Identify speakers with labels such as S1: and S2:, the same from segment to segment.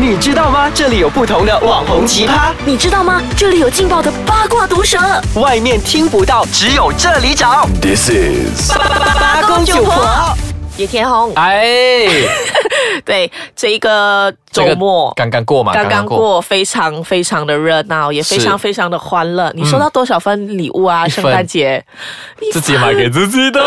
S1: 你知道吗？这里有不同的网红奇葩，
S2: 你知道吗？这里有劲爆的八卦毒舌，
S1: 外面听不到，只有这里找。
S3: This is
S1: 八公九婆，
S2: 野田红。
S4: 哎，
S2: 哦对，这一个周末
S4: 这个刚刚过嘛，
S2: 刚刚过，非常非常的热闹，也非常非常的欢乐。你收到多少份礼物啊？
S4: 一
S2: 圣
S4: 份
S2: 诞节
S4: 自己买给自己的，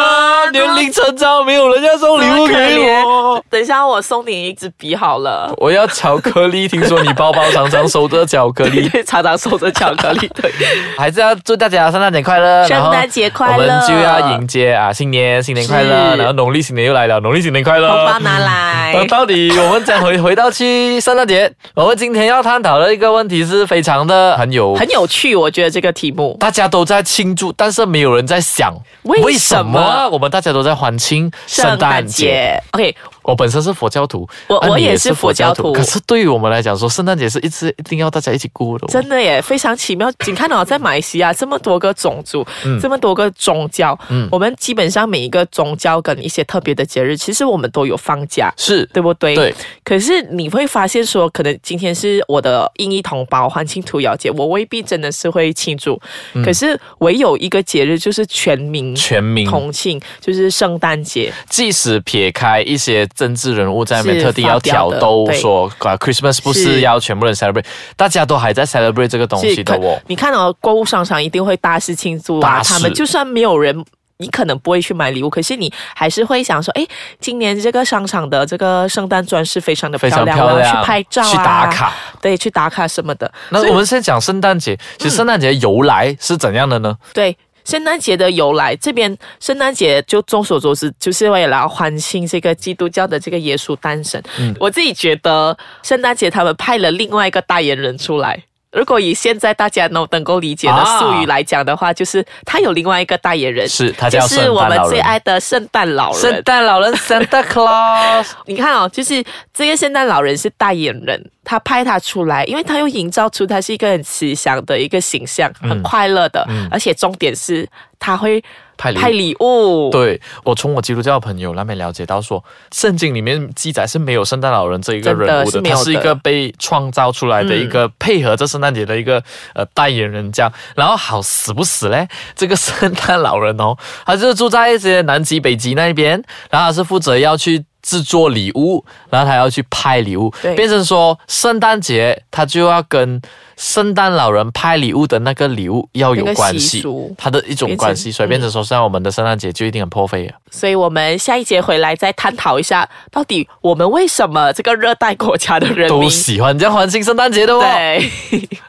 S4: 年龄成长没有人家送礼物
S2: 这么可
S4: 给
S2: 怜
S4: 我。
S2: 哦等一下，我送你一支笔好了。
S4: 我要巧克力，听说你包包常常收着巧克 力，
S2: 常常收着巧克力， 对，
S4: 还是要祝大家圣诞节快乐，
S2: 圣诞节快乐
S4: 然后我们就要迎接啊新年，新年快乐，
S2: 是
S4: 然后农历新年又来了，农历新年快乐，
S2: 红包拿来。
S4: 那到底我们将回回到去圣诞节，我们今天要探讨的一个问题是非常的很有，
S2: 很有趣，我觉得这个题目
S4: 大家都在庆祝，但是没有人在想
S2: 为什么
S4: 我们大家都在欢庆圣诞节。
S2: OK，
S4: 我本身是佛教徒，
S2: 我
S4: 啊
S2: 我
S4: 你
S2: 也
S4: 也
S2: 是佛教徒
S4: 可是对于我们来讲说，圣诞节是一直一定要大家一起过的哦。
S2: 真的耶，非常奇妙。你看哦，在马来西亚这么多个种族，这么多个宗教，
S4: 嗯
S2: 我们基本上每一个宗教跟一些特别的节日，其实我们都有放假。
S4: 是，
S2: 对不对？
S4: 对。
S2: 可是你会发现说，可能今天是我的印裔同胞欢庆土窑节，我未必真的是会庆祝。可是唯有一个节日就是全民
S4: 嗯全民
S2: 同庆，就是圣诞节。
S4: 即使撇开一些政治人物在那边
S2: 是
S4: 特地要挑
S2: 发表
S4: 逗
S2: 的对
S4: 说啊，Christmas 不
S2: 是
S4: 是要全部人 celebrate，大家都还在 celebrate 这个东西的
S2: 可
S4: 哦。
S2: 你看哦，购物商场一定会大肆庆祝啊，
S4: 大肆
S2: 他们就算没有人。你可能不会去买礼物，可是你还是会想说，哎，今年这个商场的这个圣诞装饰非常的
S4: 非
S2: 漂
S4: 常
S2: 亮，
S4: 漂
S2: 我要
S4: 亮，
S2: 去拍照、啊、
S4: 去打，卡。
S2: 对，去打卡什么的。
S4: 那
S2: 所以嗯
S4: 我们先讲圣诞节，其实圣诞节的由来是怎样的呢？
S2: 对，圣诞节的由来，这边圣诞节就众所周知，就是为了欢庆这个基督教的这个耶稣诞生。
S4: 嗯
S2: 我自己觉得圣诞节他们派了另外一个代言人出来。如果以现在大家能能够理解的
S4: 啊
S2: 术语来讲的话，就是他有另外一个代言人，
S4: 是他
S2: 就
S4: 叫
S2: 是
S4: 圣
S2: 我
S4: 诞
S2: 们
S4: 老
S2: 最
S4: 人。
S2: 爱的圣诞老人。
S4: 诞老人 Santa Claus，
S2: 你看哦，就是这个圣诞老人是代言人，他派他出来，因为他又营造出他是一个很慈祥的一个形象，很快乐的，而且重点是他会
S4: 嗯派礼物
S2: 派礼物，
S4: 对我从我基督教朋友那边了解到说，圣经里面记载是没有圣诞老人这一个人物的，
S2: 真的是没有
S4: 他
S2: 的嗯
S4: 是一个被创造出来的一个配合这圣诞节的一个呃代言人这样。然后好死不死嘞，这个圣诞老人哦，他就是住在一些南极、北极那边，然后他是负责要去。制作礼物，然后他要去派礼物
S2: 对，
S4: 变成说圣诞节他就要跟圣诞老人派礼物的那个礼物要有
S2: 那个
S4: 关
S2: 习
S4: 系
S2: 俗，
S4: 它的一种
S2: 变成
S4: 关系，所以变成
S2: 嗯
S4: 说，现在我们的圣诞节就一定很破费了。啊
S2: 所以我们下一节回来再探讨一下，到底我们为什么这个热带国家的人
S4: 都
S2: 民
S4: 喜欢这样欢庆圣诞节的哦。
S2: 对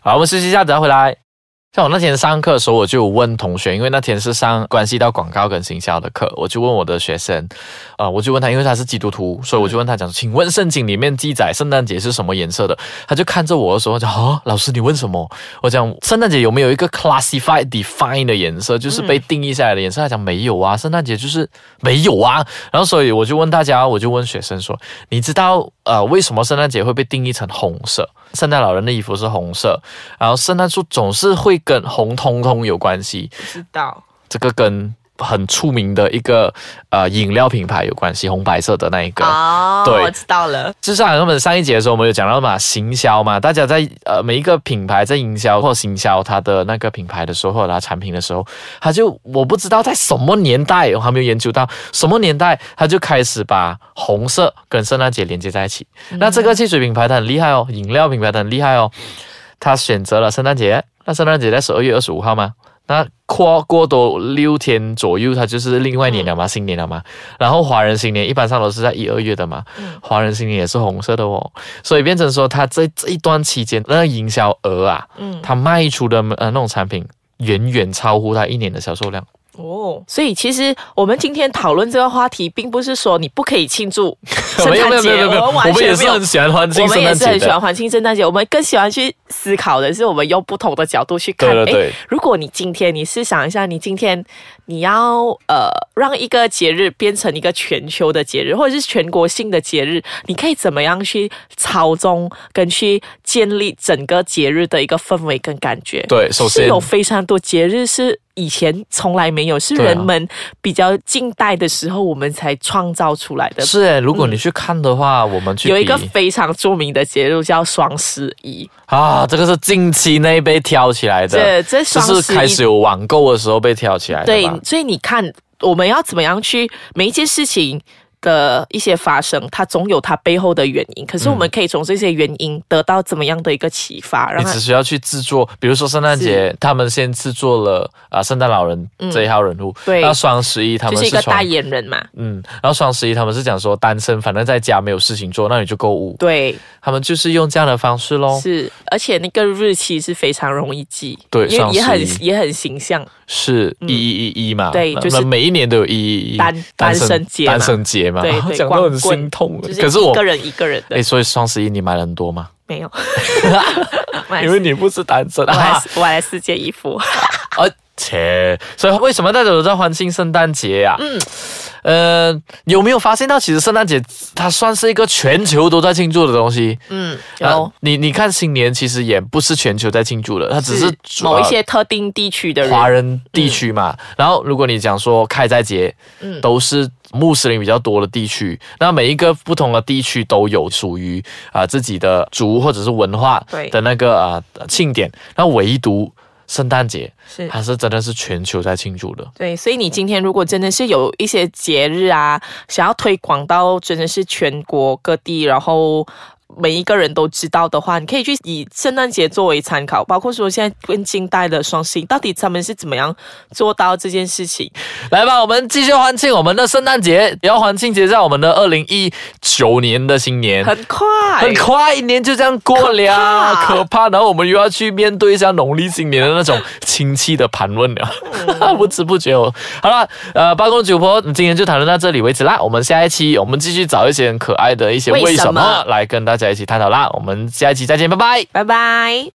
S4: 好，我们休息一下，等下回来。像我那天上课的时候，我就有问同学，因为那天是上关系到广告跟行销的课，我就问我的学生，呃，我就问他，因为他是基督徒，所以我就问他讲，请问圣经里面记载圣诞节是什么颜色的？他就看着我的时候讲，哦，老师你问什么？我讲圣诞节有没有一个 classified define 的颜色，就是被定义下来的颜色？他讲没有啊，圣诞节就是没有啊。然后所以我就问大家，我就问学生说，你知道呃为什么圣诞节会被定义成红色？圣诞老人的衣服是红色，然后圣诞树总是会跟红彤彤有关系，
S2: 不知道，
S4: 这个跟很出名的一个呃饮料品牌有关系，红白色的那一个。
S2: 哦，
S4: 对
S2: 我知道了，
S4: 就像我们上一节的时候，我们有讲到嘛，行销嘛，大家在呃每一个品牌在营销或行销它的那个品牌的时候，或者它产品的时候，他就我不知道在什么年代，我还没有研究到什么年代，他就开始把红色跟圣诞节连接在一起。那这个汽水品牌它很厉害哦，饮料品牌它很厉害哦，它选择了圣诞节，那圣诞节在十二月二十五号嘛。那过过多六天左右，它就是另外一年了嘛，新年了嘛。然后华人新年一般上都是在一二月的嘛，
S2: 嗯
S4: 华人新年也是红色的哦，所以变成说它这这一段期间那个营销额啊，
S2: 嗯
S4: 它卖出的呃那种产品远远超乎它一年的销售量。
S2: 哦，所以其实我们今天讨论这个话题，并不是说你不可以庆祝圣
S4: 没有没
S2: 诞
S4: 有没
S2: 节，
S4: 有没有，
S2: 我
S4: 我
S2: 们完
S4: 们也
S2: 全没
S4: 是
S2: 有
S4: 很喜欢欢庆
S2: 我们
S4: 圣
S2: 也
S4: 诞
S2: 是
S4: 节
S2: 很喜欢
S4: 的。
S2: 欢庆圣诞节，我们更喜欢去思考的是，我们用不同的角度去看。哎
S4: 对了
S2: 诶
S4: 对
S2: 如果你今天你是想一下，你今天你要呃让一个节日变成一个全球的节日，或者是全国性的节日，你可以怎么样去操纵跟去建立整个节日的一个氛围跟感觉。
S4: 对首先
S2: 是有非常多节日是以前从来没有，是
S4: 对啊
S2: 人们比较近代的时候我们才创造出来的。
S4: 是诶，如果你去看的话，我们去
S2: 有一
S4: 比
S2: 个非常著名的节日叫双十一，
S4: 啊，这个是近期那一被挑起来的，
S2: 这这
S4: 就
S2: 双
S4: 是
S2: 十
S4: 开
S2: 一
S4: 始有网购的时候被挑起来的
S2: 对
S4: 吧，
S2: 所以你看，我们要怎么样去每一件事情的一些发生，它总有它背后的原因。可是
S4: 嗯
S2: 我们可以从这些原因得到怎么样的一个启发，让
S4: 你
S2: 它
S4: 只需要去制作，比如说圣诞节，他们先制作了啊、圣诞老人这一号人物，
S2: 嗯对
S4: 那双十一他
S2: 就
S4: 们
S2: 是一
S4: 是
S2: 个
S4: 从
S2: 代言人嘛。
S4: 嗯，然后双十一他们是讲说单身，反正在家没有事情做，那你就购物。
S2: 对，
S4: 他们就是用这样的方式咯。
S2: 是，而且那个日期是非常容易记，
S4: 对
S2: 也
S4: 双
S2: 也很
S4: 十一
S2: 也很形象。
S4: 是一一一一嘛？
S2: 嗯对
S4: 那
S2: 就是
S4: 那每一年都有一一一
S2: 单单身节嘛
S4: 单身节嘛，
S2: 对对
S4: 啊 讲到很
S2: 光棍
S4: 心痛。
S2: 就是
S4: 可是
S2: 一
S4: 我
S2: 个人一个人的
S4: 哎，所以双十一你买了很多吗？
S2: 没有，
S4: 因为你不是单身
S2: 我来
S4: 啊，
S2: 我来试件衣服，
S4: 而且，哎所以为什么大家都在欢庆圣诞节啊？嗯。呃，有没有发现到，其实圣诞节它算是一个全球都在庆祝的东西。
S2: 嗯，
S4: 啊
S2: 然后
S4: 你你看新年其实也不是全球在庆祝的，它只是主
S2: 某一
S4: 呃
S2: 些特定地区的人，
S4: 华人地区嘛。然后如果你讲说开斋节，
S2: 嗯
S4: 都是穆斯林比较多的地区，那每一个不同的地区都有属于啊、自己的族或者是文化
S2: 对
S4: 的那个啊、庆典，那唯独圣诞节
S2: 是
S4: 它是真的是全球在庆祝的。
S2: 对，所以你今天如果真的是有一些节日啊，想要推广到真的是全国各地，然后。每一个人都知道的话，你可以去以圣诞节作为参考，包括说现在更近代的双十一，到底他们是怎么样做到这件事情？
S4: 来吧，我们继续欢庆我们的圣诞节，也要欢庆节在我们的二零一九年的新年。
S2: 很快，
S4: 很快一年就这样过了，
S2: 可怕
S4: 可怕。然后我们又要去面对一下农历新年的那种亲戚的盘问了， 不知不觉哦。好了，呃，八公九婆今天就谈论到这里为止啦。我们下一期我们继续找一些很可爱的一些
S2: 为
S4: 为
S2: 什
S4: 什
S2: 么
S4: 么来跟大家一起探讨啦。我们下一期再见，拜拜。
S2: 拜拜。